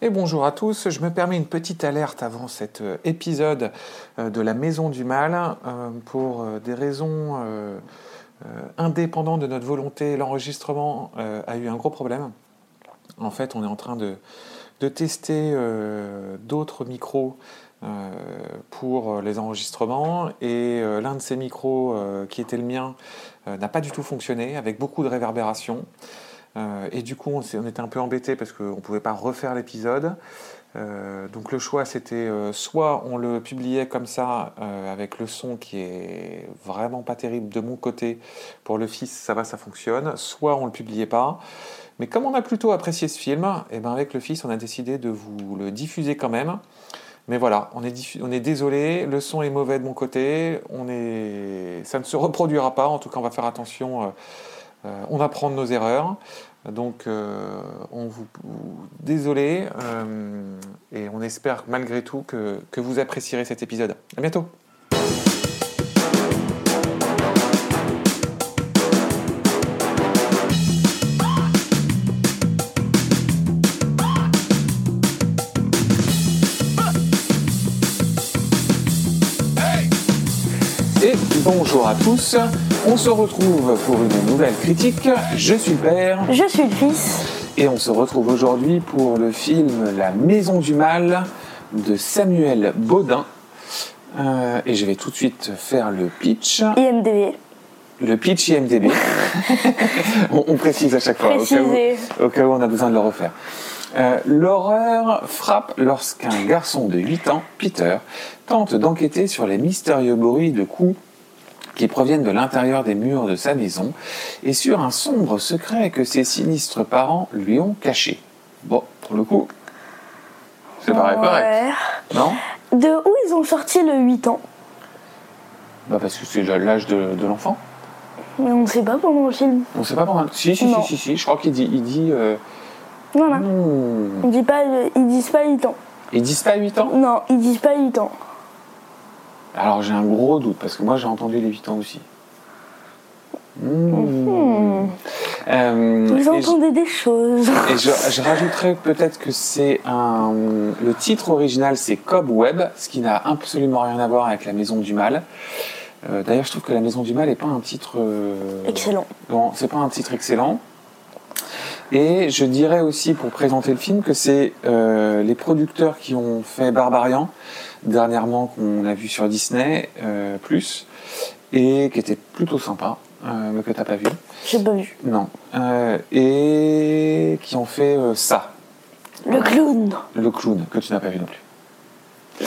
Et bonjour à tous, je me permets une petite alerte avant cet euh, épisode euh, de la Maison du Mal euh, pour des raisons euh, indépendantes de notre volonté. L'enregistrement euh, a eu un gros problème. En fait, on est en train de, de tester euh, d'autres micros euh, pour les enregistrements et euh, l'un de ces micros euh, qui était le mien euh, n'a pas du tout fonctionné avec beaucoup de réverbération Euh, et du coup on, était un peu embêté parce qu'on ne pouvait pas refaire l'épisode Euh, donc le choix c'était euh, soit on le publiait comme ça euh, avec le son qui est vraiment pas terrible de mon côté pour le fils ça va ça fonctionne soit on le publiait pas mais comme on a plutôt apprécié ce film et ben avec le fils on a décidé de vous le diffuser quand même mais voilà, on est, on est, désolé, le son est mauvais de mon côté, on est... ça ne se reproduira pas, en tout cas on va faire attention, euh, on va prendre nos erreurs. Donc euh, on vous... désolé, euh, et on espère malgré tout que, que vous apprécierez cet épisode. À bientôt Bonjour à tous, on se retrouve pour une nouvelle critique. Je suis le père. Je suis le fils. Et on se retrouve aujourd'hui pour le film La Maison du Mal de Samuel Baudin. Euh, et je vais tout de suite faire le pitch. IMDB. Ah, Le pitch IMDB. on, on, précise à chaque fois, au cas, où, au cas, où, on a besoin de le refaire. Euh, L'horreur frappe lorsqu'un garçon de 8 ans, Peter, tente d'enquêter sur les mystérieux bruits de coups qui proviennent de l'intérieur des murs de sa maison et sur un sombre secret que ses sinistres parents lui ont caché. Bon, pour le coup, c'est pareil, ouais. pareil. Non De où ils ont sorti le 8 ans Bah parce que c'est l'âge de, de l'enfant. Mais on ne sait pas pendant le film. On ne sait pas pendant le si, si, si, si, si, je crois qu'il dit... Il dit euh... Voilà. Hmm. Il dit pas, ils disent pas 8 ans. Ils disent pas 8 ans Non, ils disent pas 8 ans. Alors j'ai un gros doute parce que moi j'ai entendu les 8 ans aussi. Hmm. Mmh. Mmh. Euh, Vous entendez je, des choses. Et je, je rajouterais peut-être que c'est un. Le titre original c'est Cobweb, ce qui n'a absolument rien à voir avec La Maison du Mal. Euh, D'ailleurs, je trouve que La Maison du Mal n'est pas un titre. Euh, excellent. Non, c'est pas un titre excellent. Et je dirais aussi pour présenter le film que c'est euh, les producteurs qui ont fait Barbarian dernièrement qu'on a vu sur Disney euh, plus et qui était plutôt sympa euh, mais que t'as pas vu. J'ai pas vu. Non. Euh, et qui ont fait euh, ça. Le clown. Le clown que tu n'as pas vu non plus.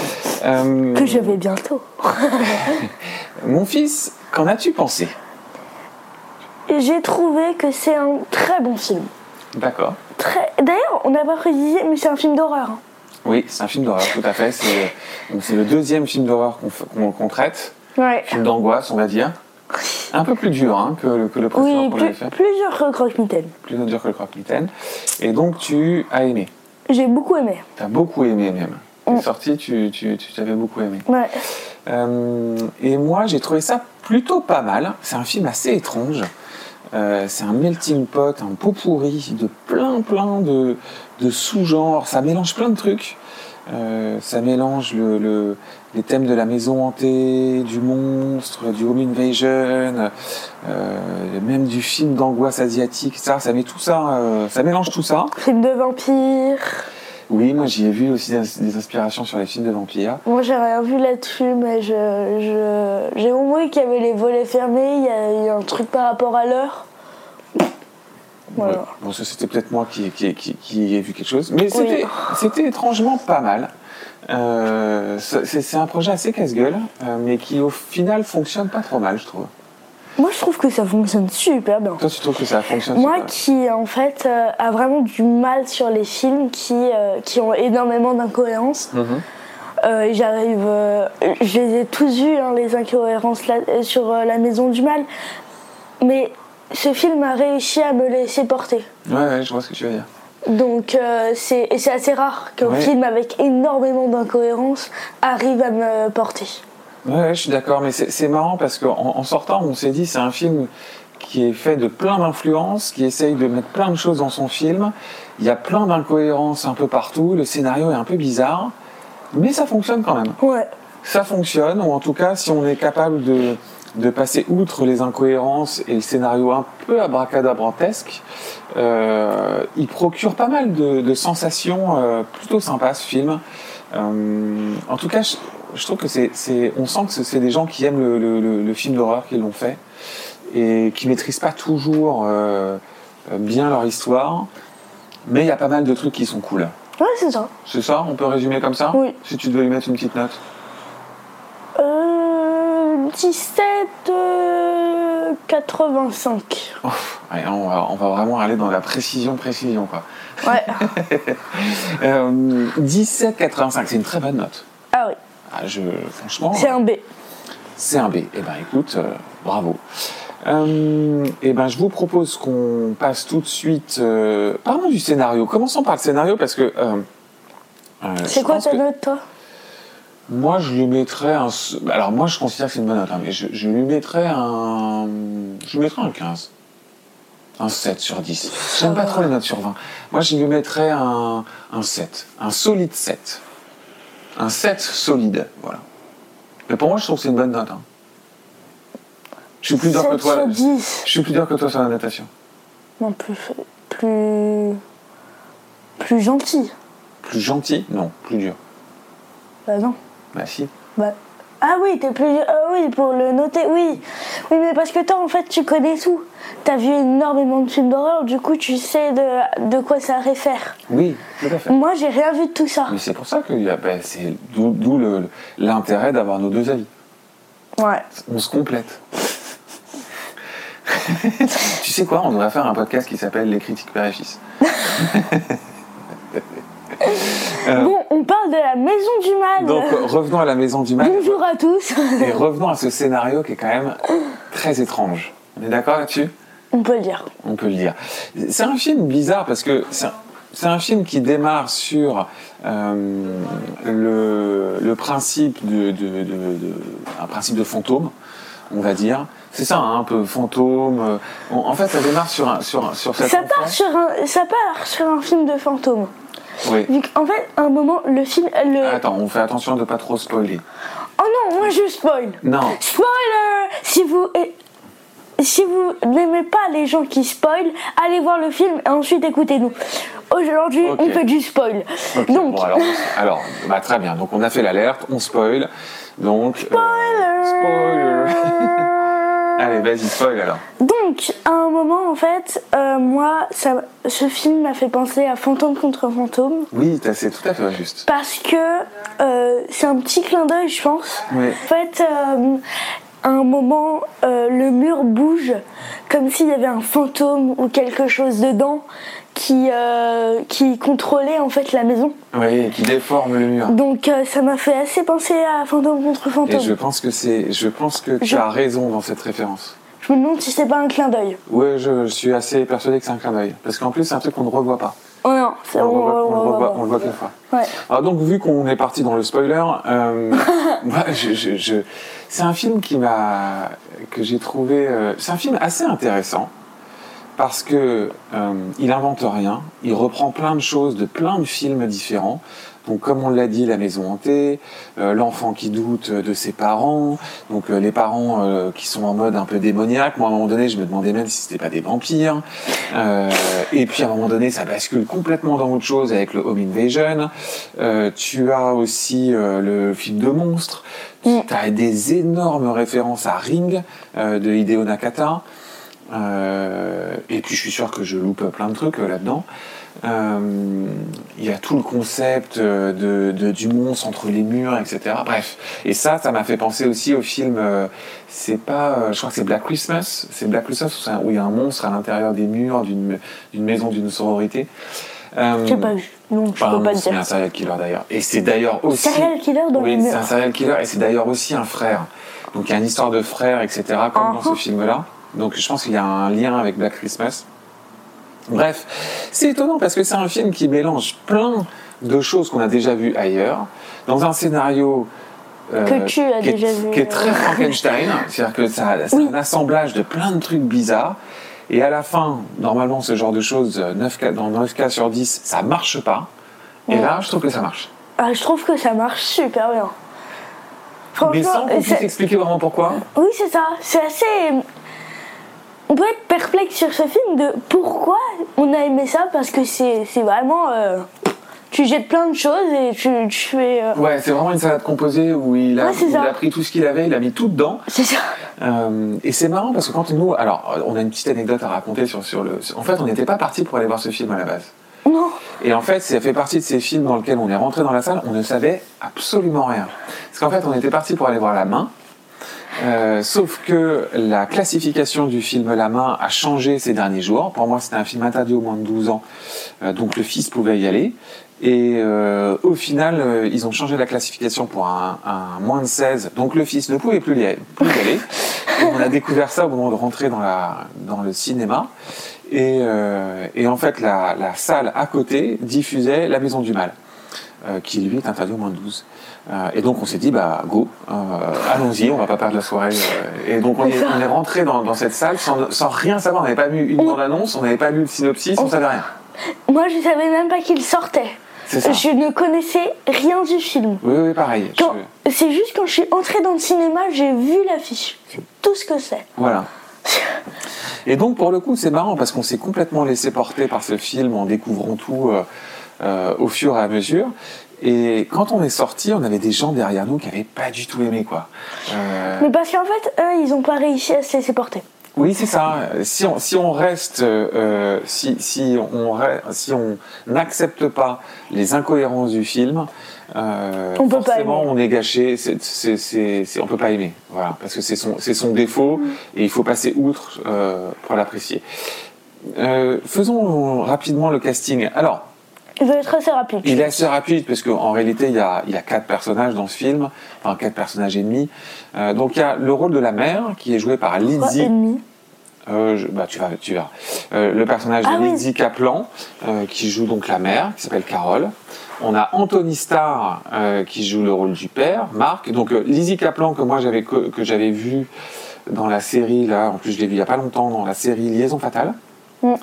Que je vais bientôt. Mon fils, qu'en as-tu pensé J'ai trouvé que c'est un très bon film. D'accord. Très... D'ailleurs, on n'a pas précisé, mais c'est un film d'horreur. hein. Oui, c'est un film d'horreur, tout à fait. C'est le deuxième film d'horreur qu'on qu qu traite. Ouais. Film d'angoisse, on va dire. Un peu plus dur hein, que, que, le précédent oui, qu'on avait fait. plus dur que le croque-mitaine. Plus dur que le croque-mitaine. Et donc, tu as aimé J'ai beaucoup aimé. T'as beaucoup aimé, même. T'es mm. sorti, tu, tu, tu t'avais beaucoup aimé. Ouais. Euh, et moi, j'ai trouvé ça plutôt pas mal. C'est un film assez étrange. Euh, c'est un melting pot, un pot pourri de plein plein de, de sous-genres. Ça mélange plein de trucs. Euh, ça mélange le, le, les thèmes de la maison hantée, du monstre, du home invasion, euh, même du film d'angoisse asiatique. Ça, ça met tout ça, euh, ça mélange tout ça. Film de vampire. Oui, moi j'y ai vu aussi des, des, inspirations sur les films de vampires. Moi j'ai rien vu là-dessus, mais j'ai je, je, au moins qu'il y avait les volets fermés, il y, a, il y a un truc par rapport à l'heure. Voilà. Ouais. Bon, c'était peut-être moi qui, qui, qui, qui, ai vu quelque chose, mais oui. c'était étrangement pas mal. Euh, C'est un projet assez casse-gueule, euh, mais qui au final fonctionne pas trop mal, je trouve. Moi, je trouve que ça fonctionne super bien. Toi, tu trouves que ça fonctionne Moi, super qui, en fait, euh, a vraiment du mal sur les films qui, euh, qui ont énormément d'incohérences. Mm -hmm. euh, J'arrive. je les ai tous vus, hein, les incohérences là, euh, sur La Maison du Mal. Mais ce film a réussi à me laisser porter. Ouais, ouais je vois ce que tu veux dire. Donc, euh, c'est assez rare qu'un ouais. film avec énormément d'incohérences arrive à me porter. Ouais, je suis d'accord, mais c'est marrant parce qu'en en, en, sortant, on s'est dit c'est un film qui est fait de plein d'influences, qui essaye de mettre plein de choses dans son film. Il y a plein d'incohérences un peu partout, le scénario est un peu bizarre, mais ça fonctionne quand même. Ouais. Ça fonctionne, ou en tout cas, si on est capable de, de passer outre les incohérences et le scénario un peu abracadabrantesque, euh, il procure pas mal de, de sensations euh, plutôt sympas ce film. Euh, en tout cas, je, je trouve que c'est, c'est- on sent que c'est des gens qui aiment le, le- le- le film d'horreur qui l'ont fait et qui maîtrisent pas toujours euh, bien leur histoire, mais il y a pas mal de trucs qui sont cool. Ouais, c'est ça. C'est ça On peut résumer comme ça Oui. Si tu devais lui mettre une petite note. Euh, 17 euh, 85. Allez, on va, on va vraiment aller dans la précision, précision quoi. Ouais. Euh, 17,85, c'est une très bonne note. Ah oui, Ah, je, franchement, c'est un B. c'est un B. Eh ben, écoute, euh, bravo. Euh, eh ben, je vous propose qu'on passe tout de suite. euh, parlons du scénario. Commençons par le scénario parce que. euh, euh, C'est je quoi pense ta que note, toi Moi, je lui mettrais un. s- Alors, moi, je considère que c'est une bonne note, hein, mais je, je lui mettrais un. Je lui mettrais un 15. Un 7 sur 10. J'aime pas va. trop les notes sur 20. Moi, je lui mettrais un, un 7. Un solide 7. Un 7 solide, voilà. Mais pour moi, je trouve que c'est une bonne note. hein. Je suis plus dur que 7 toi. sur 10. Je suis plus dur que toi sur la natation. Non, plus. Plus. Plus gentil. Plus gentil Non, plus dur. Bah non. Bah si. Bah. Ah oui, t'es plus. Ah oui, pour le noter, oui. Oui, mais parce que toi, en fait, tu connais tout. T'as vu énormément de films d'horreur, du coup, tu sais de, de quoi ça réfère. Oui, tout à fait. Moi, j'ai rien vu de tout ça. Mais c'est pour ça que il y a- bah, c'est d'où d'où le- l'intérêt d'avoir nos deux avis. Ouais. On se complète. tu sais quoi On devrait faire un podcast qui s'appelle Les critiques père et fils. Euh, Bon, on parle de la maison du mal. Donc revenons à la maison du mal Euh. Bonjour à tous. et revenons à ce scénario qui est quand même très étrange. On est d'accord là-dessus on peut le dire. on peut le dire. C'est un film bizarre parce que c'est un, c'est un film qui démarre sur euh, le, le principe de, de- de- de- un principe de fantôme, on va dire. C'est ça, hein, un peu fantôme. euh, en- en fait, ça démarre sur un, sur un- sur cette Ça part, enfance. sur un, ça part sur un film de fantôme. Oui. Vu qu'en fait, à un moment, le film. Le... Attends, on fait attention de pas trop spoiler. Ah. Oh non, moi je spoil. Non. Spoiler Si vous. Si vous n'aimez pas les gens qui spoilent, allez voir le film et ensuite écoutez-nous. Aujourd'hui, Ok. on fait du spoil. Ok, Donc, bon, alors, alors, bah, très bien. Donc, on a fait l'alerte, on spoil. Donc, euh, spoiler. Allez, vas-y, spoil alors. Donc, à un moment, en fait, euh, moi, ça, ce film m'a fait penser à Fantôme contre Fantôme. Oui, t'as- c'est tout à fait juste. Parce que euh, c'est un petit clin d'œil, je pense. Oui. En fait, euh, à un moment, euh, le mur bouge comme s'il y avait un fantôme ou quelque chose dedans qui, euh, qui contrôlait en fait la maison. Oui, qui déforme le mur. Donc euh, ça m'a fait assez penser à fantôme contre Et fantôme. je Je... pense que c'est, je pense que tu Je- as raison dans cette référence. me demande si c'est pas un clin d'œil. Ouais, je, je suis assez persuadé que c'est un clin d'œil. Parce qu'en plus, c'est un truc qu'on ne revoit pas. Oh non, c'est On le revoit, on- on le revoit- on- on le voit qu'une fois. Ouais. Alors donc, vu qu'on est parti dans le spoiler, euh, moi, je, je- je- c'est un film qui m'a, que j'ai trouvé, euh, c'est un film assez intéressant parce que euh, il invente rien, il reprend plein de choses de plein de films différents. Donc, comme on l'a dit, la maison hantée, euh, l'enfant qui doute de ses parents, donc euh, les parents euh, qui sont en mode un peu démoniaque. Moi, à un moment donné, je me demandais même si c'était pas des vampires. Euh, et puis, à un moment donné, ça bascule complètement dans autre chose avec le home invasion. Euh, tu as aussi euh, le film de monstre. Mm. Tu as des énormes références à Ring euh, de Hideo Nakata. Euh, et puis je suis sûr que je loupe plein de trucs euh, là-dedans. Euh, Il y a tout le concept euh, de, de- du monstre entre les murs, etc. Bref. Et ça, ça m'a fait penser aussi au film. euh, c'est pas. euh, je crois que c'est Black Christmas. C'est Black Christmas où c'est un- où il y a un monstre à l'intérieur des murs d'une d'une maison d'une sororité. Euh, J'ai pas vu, donc je pas un peux pas te monstre, mais un dire. serial killer d'ailleurs. Et c'est d'ailleurs aussi. Serial killer dans les Oui, murs. c'est un serial killer et c'est d'ailleurs aussi un frère. Donc il y a une histoire de frère, etc., comme dans Ah. ce film-là. Donc je pense qu'il y a un lien avec Black Christmas. Bref, c'est étonnant parce que c'est un film qui mélange plein de choses qu'on a déjà vues ailleurs, dans un scénario euh, Que tu as qui est- déjà vu. Qui est très Frankenstein, c'est-à-dire que ça, c'est Oui. un assemblage de plein de trucs bizarres. Et à la fin, normalement, ce genre de choses, euh, 9 cas- dans 9 cas sur 10, ça marche pas. Et Ouais. là, je trouve que ça marche. Ah, je trouve que ça marche super bien. Mais sans Franchement, qu'on c'est- puisse expliquer vraiment pourquoi. oui, c'est ça. C'est assez. euh, On peut être perplexe sur ce film de pourquoi on a aimé ça parce que c'est c'est vraiment. euh, Tu jettes plein de choses et tu, tu fais. euh, Ouais, c'est vraiment une salade composée où il a, Ouais, c'est où il ça. a pris tout ce qu'il avait, il a mis tout dedans. C'est ça. Euh, et c'est marrant parce que quand nous, alors, on a une petite anecdote à raconter sur, sur le. En fait, on n'était pas parti pour aller voir ce film à la base. Non. Et en fait, ça fait partie de ces films dans lesquels on est rentré dans la salle, on ne savait absolument rien. Parce qu'en fait, on était parti pour aller voir La Main. euh, sauf que la classification du film La Main a changé ces derniers jours. Pour moi, c'était un film interdit au moins de 12 ans, euh, donc le fils pouvait y aller. Et euh, au final, euh, ils ont changé la classification pour un, un moins de 16, donc le fils ne pouvait plus y, plus y aller. Et on a découvert ça au moment de rentrer dans, la, dans le cinéma. Et, euh, et en fait, la, la salle à côté diffusait La Maison du Mal, euh, qui lui est interdit au moins de 12. Euh, et donc on s'est dit, bah go, euh, allons-y, on va pas perdre la soirée. euh. et donc on est, on est rentré dans, dans cette salle sans, sans rien savoir, on n'avait pas vu une bande-annonce, on n'avait pas lu le synopsis, on savait rien. Moi, je savais même pas qu'il sortait. C'est ça. Je ne connaissais rien du film. Oui, oui, pareil. Je- Quand- C'est juste quand je suis entrée dans le cinéma, j'ai vu l'affiche. C'est tout ce que c'est. Voilà. Et donc, pour le coup, c'est marrant parce qu'on s'est complètement laissé porter par ce film en découvrant tout euh, euh, au fur et à mesure. Et quand on est sorti, on avait des gens derrière nous qui n'avaient pas du tout aimé, quoi. Euh, Mais parce qu'en fait, eux, ils ont pas réussi à se laisser porter. oui, c'est ça. Euh, Si on, si on reste, euh, si, si on re- si on n'accepte pas les incohérences du film, euh, On peut pas forcément aimer. on est gâché. C'est, c'est, c'est, c'est- on peut pas aimer, voilà, parce que c'est son, c'est son défaut Mm. et il faut passer outre euh, pour l'apprécier. Euh, faisons rapidement le casting. Alors, Il veut être assez rapide. il est assez rapide parce qu'en réalité, il y, a, il y a quatre personnages dans ce film, enfin quatre personnages et demi. Euh, donc il y a le rôle de la mère qui est joué par Trois Lizzie et demi. euh, je- bah, tu vas, tu verras. Euh, le personnage Ah de oui. Lydie Kaplan, euh, qui joue donc la mère, qui s'appelle Carole. On a Anthony Starr, euh, qui joue le rôle du père, Marc. Donc euh, Lizzie Kaplan, que moi j'avais co- que j'avais vu dans la série, là, en plus je l'ai vu il n'y a pas longtemps, dans la série Liaison Fatale. Mm.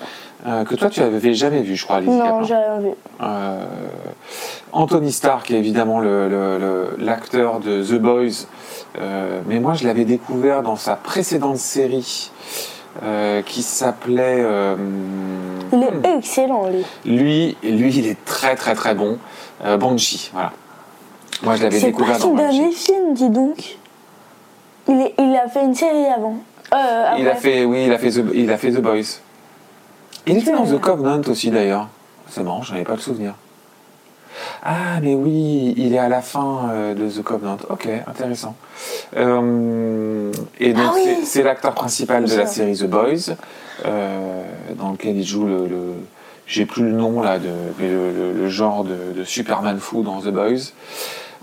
Euh, que toi tu avais jamais vu, je crois, Lizzie Non, Kaplan. j'ai rien vu. Euh, Anthony Starr, qui est évidemment le- le- le- l'acteur de The Boys, euh, mais moi je l'avais découvert dans sa précédente série euh, qui s'appelait. euh, Il Hmm. est excellent, lui. lui, lui, il est très très très bon. Euh, Banshee, voilà. Moi je l'avais C'est pas découvert dans son Banshee. dernier film, dis donc. Il, est- il a fait une série avant. Euh, Il a après. fait, oui, il a fait The, il a fait The Boys. Il était dans The Covenant aussi d'ailleurs. C'est marrant, j'en avais pas le souvenir. Ah mais oui, il est à la fin euh, de The Covenant. Ok, intéressant. Euh, et donc Ah oui. c'est- c'est l'acteur principal de la Ça. série The Boys, euh, dans lequel il joue le, le- j'ai plus le nom là de mais le, le- le genre de, de Superman fou dans The Boys.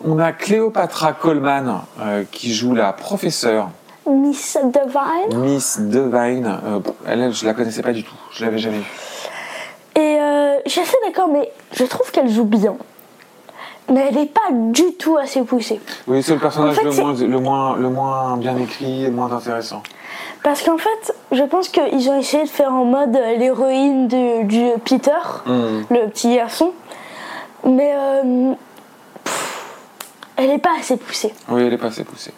On a Cléopatra Coleman euh, qui joue la professeure Miss Devine. Miss Devine, euh, elle, elle, je la connaissais pas du tout, je l'avais jamais vue. Et euh, je suis assez d'accord, mais je trouve qu'elle joue bien. Mais elle n'est pas du tout assez poussée. Oui, c'est le personnage En fait, le, c'est- moins, le, moins, le moins bien écrit et le moins intéressant. Parce qu'en fait, je pense qu'ils ont essayé de faire en mode euh, l'héroïne du, du Peter, le petit garçon. Mais euh, pff, elle n'est pas assez poussée. Oui, elle est pas assez poussée.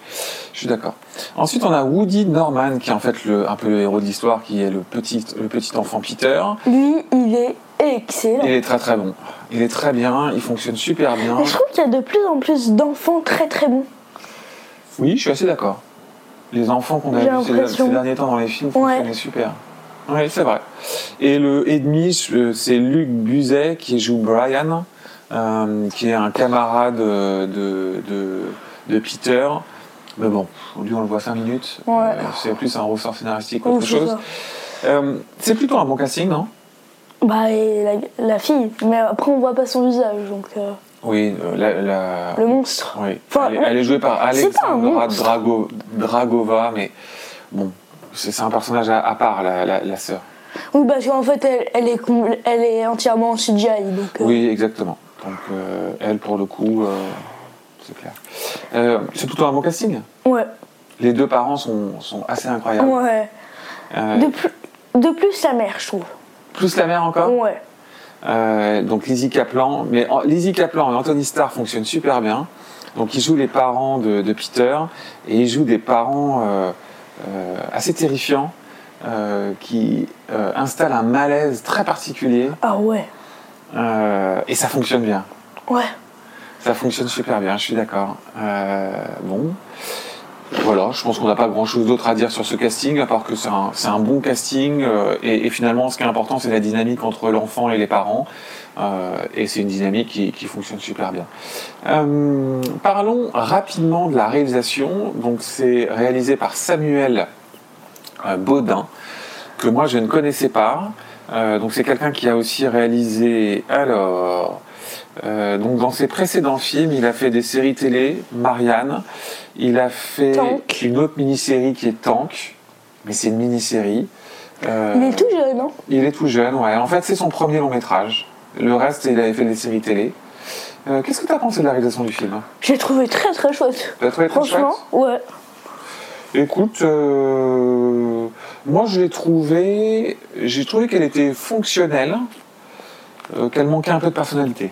Je suis d'accord. Ensuite, on a Woody Norman, qui est en fait le, un peu le héros de l'histoire, qui est le petit, le petit enfant Peter. Lui, il est excellent. Il est très très bon. Il est très bien, il fonctionne super bien. Mais je trouve qu'il y a de plus en plus d'enfants très très bons. Oui, je suis assez d'accord. Les enfants qu'on a J'ai vus ces, l'impression. ces derniers temps dans les films Ouais. fonctionnaient super. Oui, c'est vrai. Et le et demi, je- c'est Luc Buzet qui joue Brian, euh, qui est un camarade euh, de, de, de Peter. Mais bon, lui, on le voit 5 minutes. Euh, Ouais. c'est plus un ressort scénaristique Oui, qu'autre c'est chose. ça. Euh, c'est plutôt un bon casting, non Bah, et la, la fille, mais après on voit pas son visage, donc euh, Oui, euh, la, la- le monstre. Oui. Enfin, elle, est- elle est jouée par c'est pas un Alexandra monstre. Drago- Dragova, mais bon, c'est c'est un personnage à, à part, la, la, la sœur. Oui, parce qu'en fait elle, elle est, com- elle est entièrement en CGI, donc. euh, Oui, exactement. Donc, euh, elle, pour le coup, euh, c'est clair. Euh, c'est plutôt un bon casting. Ouais. Les deux parents sont, sont assez incroyables. Ouais. Euh, De, plus, de plus la mère, je trouve. plus la mère encore. Ouais. Euh, donc Lizzie Kaplan. Mais en- Lizzie Kaplan et Anthony Starr fonctionnent super bien. Donc ils jouent les parents de, de Peter et ils jouent des parents euh, euh, assez terrifiants euh, qui euh, installent un malaise très particulier Ah ouais. euh, et ça fonctionne bien. Ouais. Ça fonctionne super bien, je suis d'accord. Euh, bon. Voilà, je pense qu'on n'a pas grand chose d'autre à dire sur ce casting, à part que c'est un, c'est un bon casting. euh, et, et finalement, ce qui est important, c'est la dynamique entre l'enfant et les parents. euh, et c'est une dynamique qui, qui fonctionne super bien. Euh, parlons rapidement de la réalisation. Donc, c'est réalisé par Samuel euh, Baudin, que moi je ne connaissais pas. Euh, donc, c'est quelqu'un qui a aussi réalisé. Alors. Euh, donc dans ses précédents films, il a fait des séries télé, Marianne, il a fait Tank. une autre mini-série qui est Tank, mais c'est une mini-série. Euh, Il est tout jeune, hein il est tout jeune, ouais. En fait, c'est son premier long métrage. Le reste, il avait fait des séries télé. Euh, Qu'est-ce que tu as pensé de la réalisation du film J'ai trouvé très très chouette. T'as trouvé très Franchement, chouette ouais. Écoute, euh, moi je l'ai trouvé, j'ai trouvé qu'elle était fonctionnelle, euh, qu'elle manquait un peu de personnalité.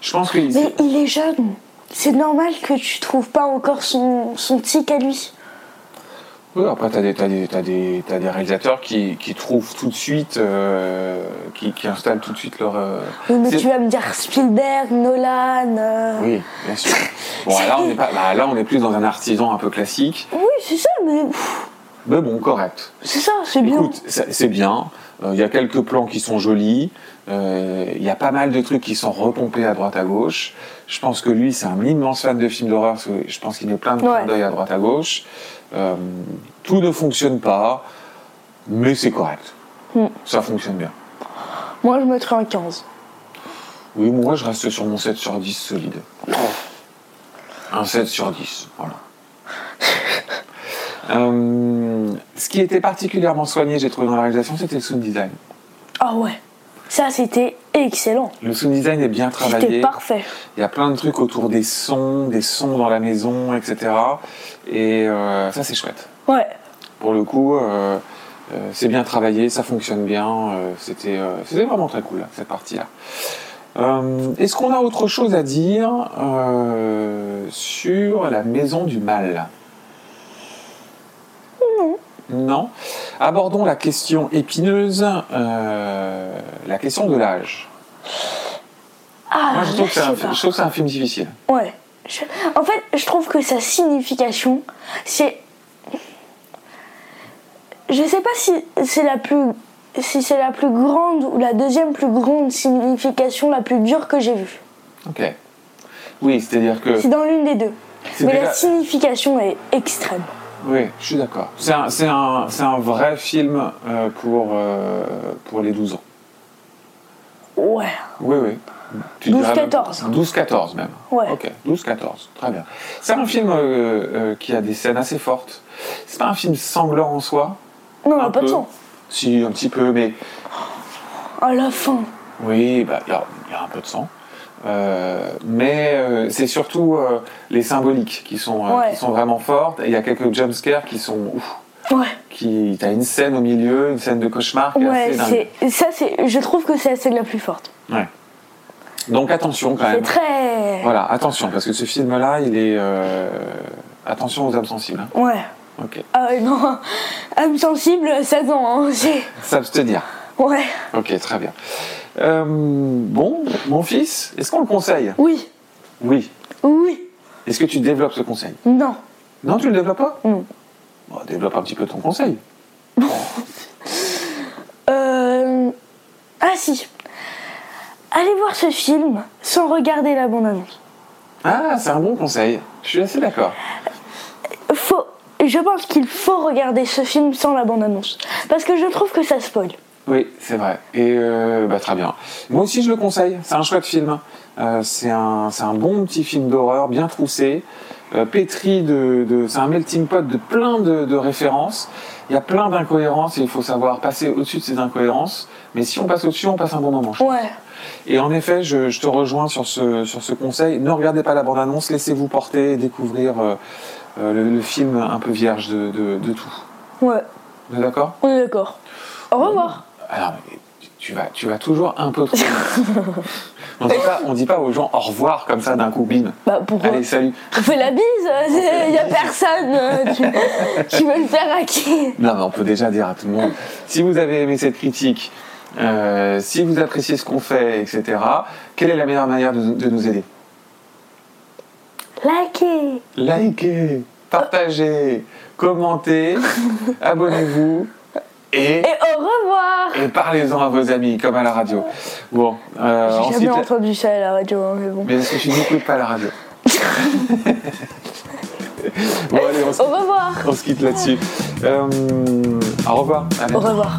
Je pense que Mais il est jeune. C'est normal que tu trouves pas encore son, son tic à lui. Oui, après, tu as, des t'as des réalisateurs qui, qui trouvent tout de suite, euh, qui, qui installent tout de suite leur. euh, Oui, mais C'est- tu vas me dire Spielberg, Nolan. euh, Oui, bien sûr. Bon, là on, est pas, bah, là, on est plus dans un artisan un peu classique, Oui, c'est ça, mais pff, mais bon, correct. c'est ça, c'est bien. Écoute, ça- c'est bien. Euh, Il y a quelques plans qui sont jolis. Euh, Il y a pas mal de trucs qui sont repompés à droite à gauche. Je pense que lui, c'est un immense fan de films d'horreur. parce que Je pense qu'il met plein de clins Ouais. d'œil à droite à gauche. Euh, tout ne fonctionne pas, mais c'est correct. Mm. Ça fonctionne bien. Moi, je mettrais un 15. Oui, moi je reste sur mon 7 sur 10 solide. Un 7 sur 10, voilà. Euh, ce qui était particulièrement soigné, j'ai trouvé dans la réalisation, c'était le sound design. Ah ouais. Ça, c'était excellent. Le sound design est bien C'était travaillé. parfait. Il y a plein de trucs autour des sons, des sons dans la maison, etc. Et euh, ça, c'est chouette. Ouais. Pour le coup, euh, euh, c'est bien travaillé, ça fonctionne bien. euh, C'était euh, c'était vraiment très cool, cette partie-là. Euh, Est-ce qu'on a autre chose à dire euh, sur la maison du mal Non. Non. Abordons la question épineuse, euh, la question de l'âge. Ah, Moi, je trouve là, que c'est un, je sais je trouve que c'est un film difficile. pas. Ouais. Je- En fait, je trouve que sa signification, c'est. Je sais pas si c'est la plus. Si c'est la plus grande ou la deuxième plus grande signification, la plus dure que j'ai vue. Ok. Oui, c'est-à-dire que. C'est dans l'une des deux. Euh. c'est Mais déjà- la signification est extrême. Oui, je suis d'accord. C'est un, c'est un, c'est un vrai film euh, pour, euh, pour les 12 ans. Ouais, Oui, oui. Tu 12, dirais même- 14. 12, 14 même. ouais. Ok, 12, 14. Très bien. C'est un film euh, euh, qui a des scènes assez fortes. C'est pas un film sanglant en soi. Non, un pas de peu. sang. Si, un petit peu, mais À la fin. oui, bah, il y, a- il y a un peu de sang. Euh, mais euh, c'est surtout euh, les symboliques qui sont, euh, Ouais. qui sont vraiment fortes. Et il y a quelques jumpscares qui sont ouf. Ouais. Qui, t'as une scène au milieu, une scène de cauchemar qui est Ouais, assez dingue. c'est ça c'est je trouve que c'est celle la plus forte. Donc attention quand C'est même. très Voilà, attention, parce que ce film-là, il est. euh, Attention aux âmes sensibles. hein. ouais. Ok. Ah ouais, non. Âme sensible, ça non, hein. c'est S'abstenir. ouais. Ok, très bien. Euh, bon, mon fils, est-ce qu'on le conseille Oui. Oui. Oui. Est-ce que tu développes ce conseil Non. Non, tu le développes pas Non. Bon, développe un petit peu ton conseil. Euh ah si. Allez voir ce film sans regarder la bande-annonce. Ah, c'est un bon conseil. Je suis assez d'accord. Faut je pense qu'il faut regarder ce film sans la bande-annonce parce que je trouve que ça spoil. Oui, c'est vrai. Et euh, bah, très bien. Moi aussi, je le conseille. C'est un chouette film. Euh, c'est un, c'est un bon petit film d'horreur, bien troussé, euh, pétri de, de- C'est un melting pot de plein de, de références. Il y a plein d'incohérences et il faut savoir passer au-dessus de ces incohérences. Mais si on passe au-dessus, on passe un bon moment. je Ouais. Et en effet, je, je te rejoins sur ce, sur ce conseil. Ne regardez pas la bande-annonce, laissez-vous porter et découvrir euh, euh, le, le, film un peu vierge de, de, de tout. Ouais. On est d'accord On est d'accord. Au revoir. Alors, tu vas, tu vas toujours un peu trop loin. on dit pas, on dit pas aux gens au revoir comme ça d'un coup, bim. Bah, pourquoi Allez, salut. On fait la bise, il n'y a personne euh, tu, qui veut le faire à qui. Non, mais on peut déjà dire à tout le monde si vous avez aimé cette critique, euh, si vous appréciez ce qu'on fait, etc., quelle est la meilleure manière de, de nous aider Likez Likez, partagez, commentez, abonnez-vous. Et, et, au revoir Et parlez-en à vos amis, comme à la radio. Bon, euh, J'ai jamais ensuite... entendu ça à la radio, hein, mais bon. Mais parce que tu n'écoutes pas la radio. bon, allez, on se... Au revoir On se quitte là-dessus. Euh, au revoir. Au revoir.